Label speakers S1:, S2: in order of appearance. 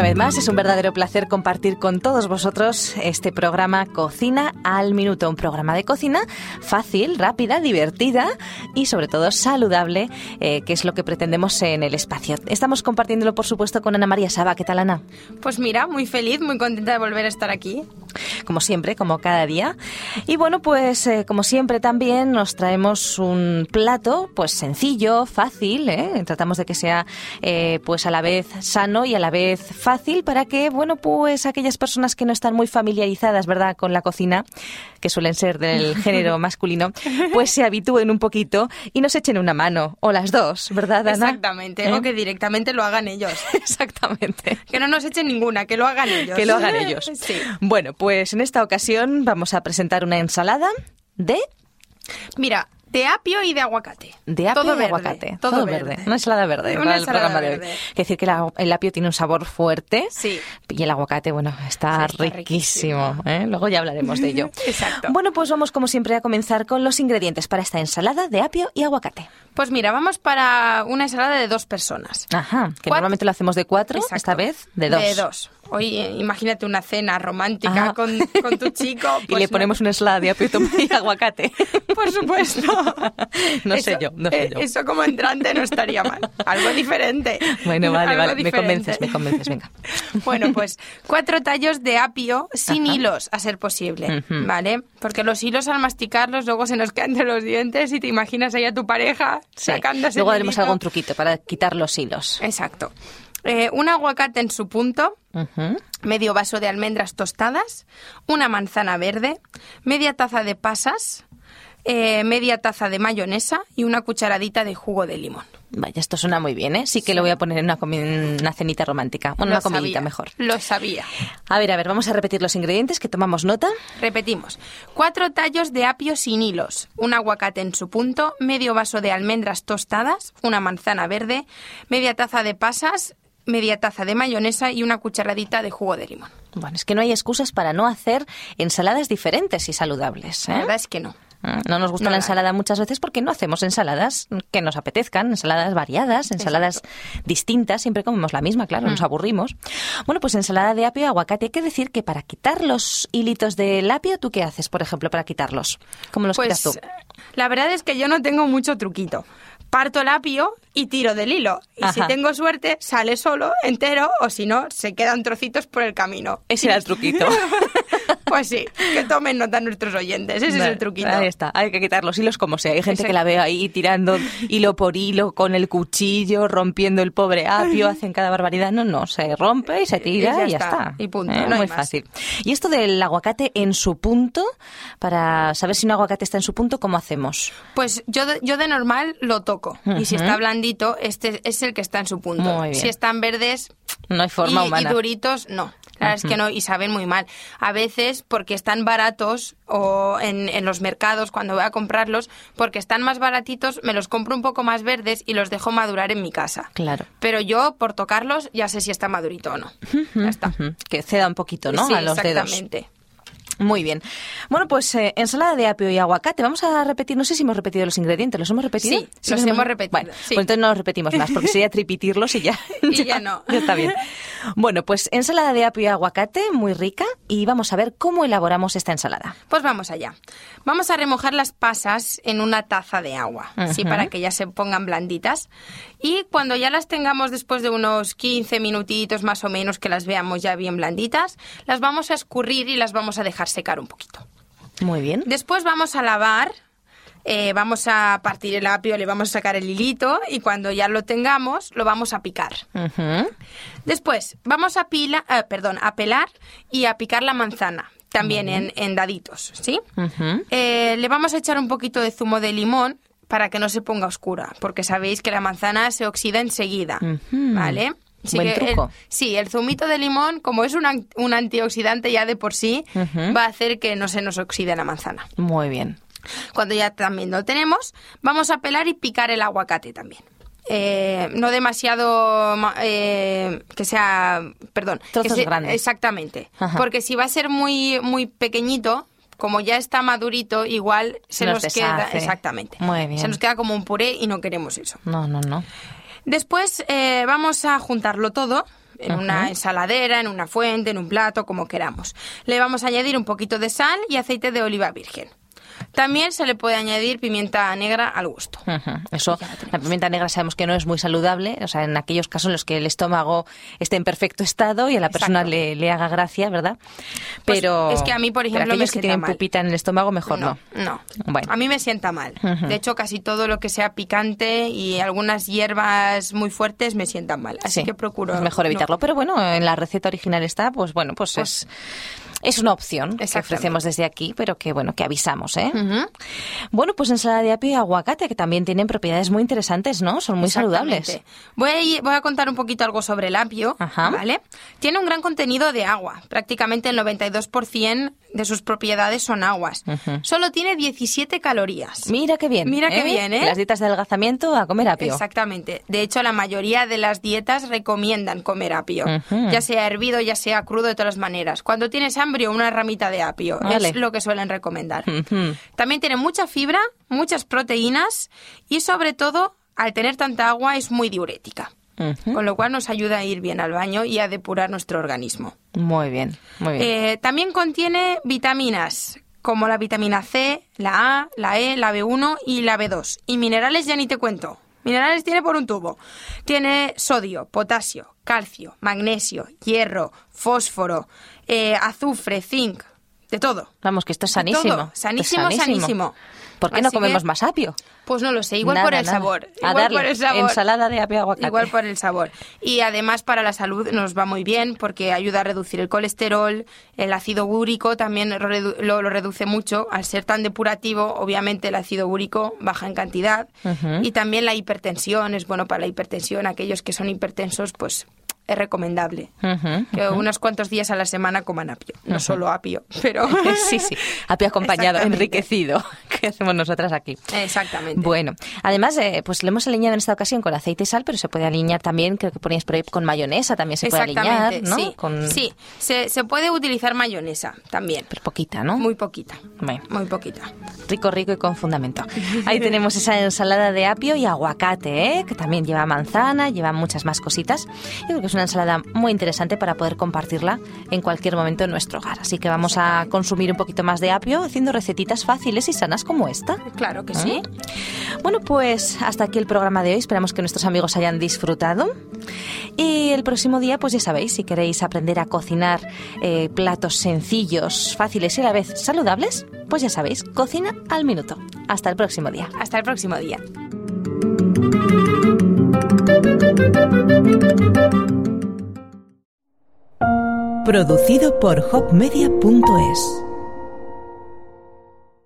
S1: vez más. Es un verdadero placer compartir con todos vosotros este programa Cocina al Minuto. Un programa de cocina fácil, rápida, divertida y sobre todo saludable, eh, que es lo que pretendemos en el espacio. Estamos compartiéndolo, por supuesto, con Ana María Saba. ¿Qué tal, Ana?
S2: Pues mira, muy feliz, muy contenta de volver a estar aquí.
S1: Como siempre, como cada día. Y bueno, pues eh, como siempre también nos traemos un plato pues sencillo, fácil. ¿eh? Tratamos de que sea pues a la vez sano y a la vez fácil para que, bueno, pues aquellas personas que no están muy familiarizadas, ¿verdad?, con la cocina, que suelen ser del género masculino, pues se habitúen un poquito y nos echen una mano, o las dos, ¿verdad, Ana?
S2: Exactamente, ¿Eh? o que directamente lo hagan ellos.
S1: Exactamente.
S2: Que no nos echen ninguna, que lo hagan ellos.
S1: Que lo hagan ellos.
S2: Sí.
S1: Bueno, pues en esta ocasión vamos a presentar una ensalada de...
S2: Mira, de apio y de aguacate.
S1: De apio
S2: todo
S1: y
S2: verde,
S1: aguacate.
S2: Todo, verde.
S1: Una ensalada verde
S2: Una
S1: para el
S2: ensalada
S1: programa de hoy.
S2: verde.
S1: Es decir, que la- el apio tiene un sabor fuerte.
S2: Sí.
S1: Y el aguacate, bueno, está,
S2: Sí, está
S1: riquísimo. ¿eh? Luego ya hablaremos de ello.
S2: Exacto.
S1: Bueno, pues vamos como siempre a comenzar con los ingredientes para esta ensalada de apio y aguacate.
S2: Pues mira, vamos para una ensalada de dos personas.
S1: Ajá. Que
S2: Cuat-
S1: normalmente lo hacemos de cuatro,
S2: Exacto.
S1: esta vez de dos.
S2: De dos. Hoy eh, imagínate una cena romántica
S1: Ah.
S2: con, con tu chico.
S1: y
S2: pues
S1: le
S2: no.
S1: ponemos una ensalada de apio y tomate y aguacate.
S2: Por supuesto.
S1: No sé
S2: Eso-
S1: yo, no sé
S2: eh,
S1: yo.
S2: Eso como entrante no estaría mal. Algo diferente.
S1: Bueno, vale,
S2: Algo
S1: vale. Me
S2: diferente.
S1: convences, me convences, venga.
S2: Bueno, pues cuatro tallos de apio sin hilos, a ser posible,
S1: Ujú.
S2: ¿vale? Porque los hilos al masticarlos luego se nos quedan de los dientes y te imaginas ahí a tu pareja
S1: Sí.
S2: sacándose
S1: Luego
S2: el
S1: haremos
S2: hilito.
S1: algún truquito para quitar los hilos.
S2: Exacto. Eh, un aguacate en su punto,
S1: Ujú.
S2: medio vaso de almendras tostadas, una manzana verde, media taza de pasas, eh, media taza de mayonesa y una cucharadita de jugo de limón.
S1: Vaya, esto suena muy bien, ¿eh? Sí que lo voy a poner en una, comi- en una cenita romántica. Bueno, una
S2: Lo sabía,
S1: comidita mejor.
S2: Lo sabía.
S1: A ver, a ver, vamos a repetir los ingredientes que tomamos nota.
S2: Repetimos, cuatro tallos de apio sin hilos, un aguacate en su punto, medio vaso de almendras tostadas, una manzana verde, media taza de pasas, media taza de mayonesa y una cucharadita de jugo de limón.
S1: Bueno, es que no hay excusas para no hacer ensaladas diferentes y saludables,
S2: La
S1: ¿eh?
S2: verdad es que no.
S1: Mm, No nos gusta
S2: No
S1: la
S2: la
S1: ensalada muchas veces porque no hacemos ensaladas que nos apetezcan, ensaladas variadas, ensaladas distintas, siempre comemos la misma, claro, nos aburrimos. Bueno, pues ensalada de apio y aguacate, hay que decir que para quitar los hilitos del apio, ¿tú qué haces, por ejemplo, para quitarlos? ¿Cómo los quitas
S2: Pues
S1: tú?
S2: la verdad es que yo no tengo mucho truquito. Parto el apio y tiro del hilo. Y si
S1: Ajá.
S2: tengo suerte, sale solo, entero, o si no, se quedan trocitos por el camino.
S1: Ese era el truquito.
S2: Pues sí, que tomen nota nuestros oyentes. Ese es
S1: Vale,
S2: el truquito.
S1: Ahí está, hay que quitar los hilos como sea. Hay gente
S2: Ese-
S1: que la veo ahí tirando hilo por hilo con el cuchillo, rompiendo el pobre apio, hacen cada barbaridad. No, no, se rompe y se tira y ya, está.
S2: Eh, Y punto,
S1: ¿Eh?
S2: no hay
S1: Muy
S2: más.
S1: fácil. Y esto del aguacate en su punto, para saber si un aguacate está en su punto, ¿cómo hacemos?
S2: Pues yo de, yo de normal lo toco. Y si está blandito, este es el que está en su punto.
S1: Muy bien.
S2: Si están verdes
S1: No hay forma
S2: y, y
S1: humana.
S2: duritos, no. La verdad es que no, y saben muy mal. A veces porque están baratos o en, en los mercados cuando voy a comprarlos, porque están más baratitos, me los compro un poco más verdes y los dejo madurar en mi casa.
S1: Claro.
S2: Pero yo, por tocarlos, ya sé si está madurito o no. Ya está.
S1: Ujú, Que ceda un poquito, ¿no?
S2: Sí,
S1: a los dedos.
S2: exactamente.
S1: Muy bien. Bueno, pues eh, ensalada de apio y aguacate. Vamos a repetir, no sé si hemos repetido los ingredientes. ¿Los hemos repetido?
S2: Sí, los hemos repetido,
S1: Bueno,
S2: sí.
S1: pues entonces no los repetimos más, porque sería tripitirlos y ya.
S2: Y ya no.
S1: Ya está bien. Bueno, pues ensalada de apio y aguacate, muy rica. Y vamos a ver cómo elaboramos esta ensalada.
S2: Pues vamos allá. Vamos a remojar las pasas en una taza de agua, sí, para que ya se pongan blanditas. Y cuando ya las tengamos después de unos 15 minutitos más o menos que las veamos ya bien blanditas, las vamos a escurrir y las vamos a dejar secar un poquito.
S1: Muy bien.
S2: Después vamos a lavar, eh, vamos a partir el apio, le vamos a sacar el hilito y cuando ya lo tengamos lo vamos a picar.
S1: Ujú.
S2: Después, vamos a, pila, eh, perdón, a pelar y a picar la manzana, también en, en daditos, ¿sí?
S1: Ujú.
S2: Eh, le vamos a echar un poquito de zumo de limón para que no se ponga oscura, porque sabéis que la manzana se oxida enseguida,
S1: Ujú.
S2: ¿vale?
S1: Buen
S2: el-
S1: truco.
S2: sí, el zumito de limón, como es un, an- un antioxidante ya de por sí,
S1: Ujú.
S2: va a hacer que no se nos oxide la manzana.
S1: Muy bien.
S2: Cuando ya también lo tenemos, vamos a pelar y picar el aguacate también. Eh, no demasiado ma- eh, que sea, perdón, que
S1: Trozos
S2: se-
S1: grandes.
S2: Exactamente,
S1: Ajá.
S2: porque si va a ser muy muy pequeñito, como ya está madurito, igual se
S1: Nos
S2: nos, queda
S1: deshace.
S2: exactamente.
S1: Muy bien.
S2: Se nos queda como un puré y no queremos eso.
S1: No, no, no.
S2: Después eh, vamos a juntarlo todo en una ensaladera, en una fuente, en un plato, como queramos. Le vamos a añadir un poquito de sal y aceite de oliva virgen. También se le puede añadir pimienta negra al gusto.
S1: Ujú. Eso, la pimienta negra sabemos que no es muy saludable, o sea, en aquellos casos en los que el estómago esté en perfecto estado y a la persona
S2: Exacto.
S1: le, le haga gracia, ¿verdad?
S2: Pues
S1: Pero
S2: es que a mí, por
S1: pero
S2: ejemplo, me
S1: aquellos que
S2: sienta
S1: tienen
S2: mal.
S1: pupita en el estómago, mejor no.
S2: No, no.
S1: Bueno.
S2: A mí me sienta mal.
S1: Ujú.
S2: De hecho, casi todo lo que sea picante y algunas hierbas muy fuertes me sientan mal. Así
S1: Sí,
S2: que procuro.
S1: es mejor
S2: no.
S1: evitarlo. Pero bueno, en la receta original está, pues bueno, pues,
S2: Pues-
S1: es es una opción que
S2: Exactamente.
S1: ofrecemos desde aquí, pero que bueno, que avisamos, ¿eh?
S2: Ujú.
S1: Bueno, pues ensalada de apio y aguacate que también tienen propiedades muy interesantes, ¿no? Son muy saludables.
S2: Exactamente. Voy a, ir- voy a contar un poquito algo sobre el apio,
S1: Ajá.
S2: ¿vale? Tiene un gran contenido de agua. Prácticamente el 92% de sus propiedades son aguas.
S1: Ujú.
S2: Solo tiene 17 calorías.
S1: Mira qué bien.
S2: Mira qué bien, ¿eh?
S1: Las dietas de adelgazamiento a comer apio.
S2: Exactamente. De hecho, la mayoría de las dietas recomiendan comer apio,
S1: Ujú.
S2: ya sea hervido, ya sea crudo, de todas las maneras. Cuando tienes hambre, una ramita de apio
S1: Vale.
S2: es lo que suelen recomendar.
S1: Ujú.
S2: También tiene mucha fibra, muchas proteínas y sobre todo, al tener tanta agua, es muy diurética.
S1: Ujú.
S2: Con lo cual nos ayuda a ir bien al baño y a depurar nuestro organismo.
S1: Muy bien, muy bien.
S2: Eh, también contiene vitaminas como la vitamina C, la A, la E, la B1 y la B2. Y minerales ya ni te cuento. Minerales tiene por un tubo. Tiene sodio, potasio, calcio, magnesio, hierro, fósforo, eh, azufre, zinc, de todo.
S1: Vamos, que esto es
S2: de todo.
S1: sanísimo. Esto es
S2: Sanísimo, sanísimo.
S1: ¿Por qué no
S2: Así que-
S1: comernos más apio?
S2: Pues no lo sé, igual
S1: Nada,
S2: por el
S1: nada.
S2: sabor.
S1: A
S2: Igual
S1: darle
S2: por el sabor.
S1: ensalada de apio y aguacate.
S2: Igual por el sabor. Y además para la salud nos va muy bien porque ayuda a reducir el colesterol, el ácido úrico también redu- lo, lo reduce mucho. Al ser tan depurativo, obviamente el ácido úrico baja en cantidad.
S1: Ujú.
S2: Y también la hipertensión, es bueno para la hipertensión. Aquellos que son hipertensos, pues es recomendable.
S1: Ujú.
S2: Que unos cuantos días a la semana coman apio. No solo apio, pero...
S1: Sí, sí, apio acompañado,
S2: Exactamente.
S1: enriquecido, que hacemos nosotras aquí.
S2: Exactamente.
S1: Bueno, además, eh, pues lo hemos aliñado en esta ocasión con aceite y sal, pero se puede aliñar también, creo que poníais por ahí, con mayonesa también se puede aliñar, ¿no?
S2: sí.
S1: Con,
S2: Sí, se, se puede utilizar mayonesa también.
S1: Pero poquita, ¿no?
S2: Muy poquita.
S1: Bueno.
S2: Muy poquita.
S1: Rico, rico y con fundamento. Ahí tenemos esa ensalada de apio y aguacate, ¿eh? que también lleva manzana, lleva muchas más cositas. Yo creo que es una ensalada muy interesante para poder compartirla en cualquier momento en nuestro hogar. Así que vamos a consumir un poquito más de apio haciendo recetitas fáciles y sanas como esta.
S2: Claro que sí.
S1: Bueno, pues hasta aquí el programa de hoy. Esperamos que nuestros amigos hayan disfrutado. Y el próximo día, pues ya sabéis, si queréis aprender a cocinar eh, platos sencillos, fáciles y a la vez saludables, pues ya sabéis, cocina al minuto. Hasta el próximo día.
S2: Hasta el próximo día.
S3: Producido por hopmedia.es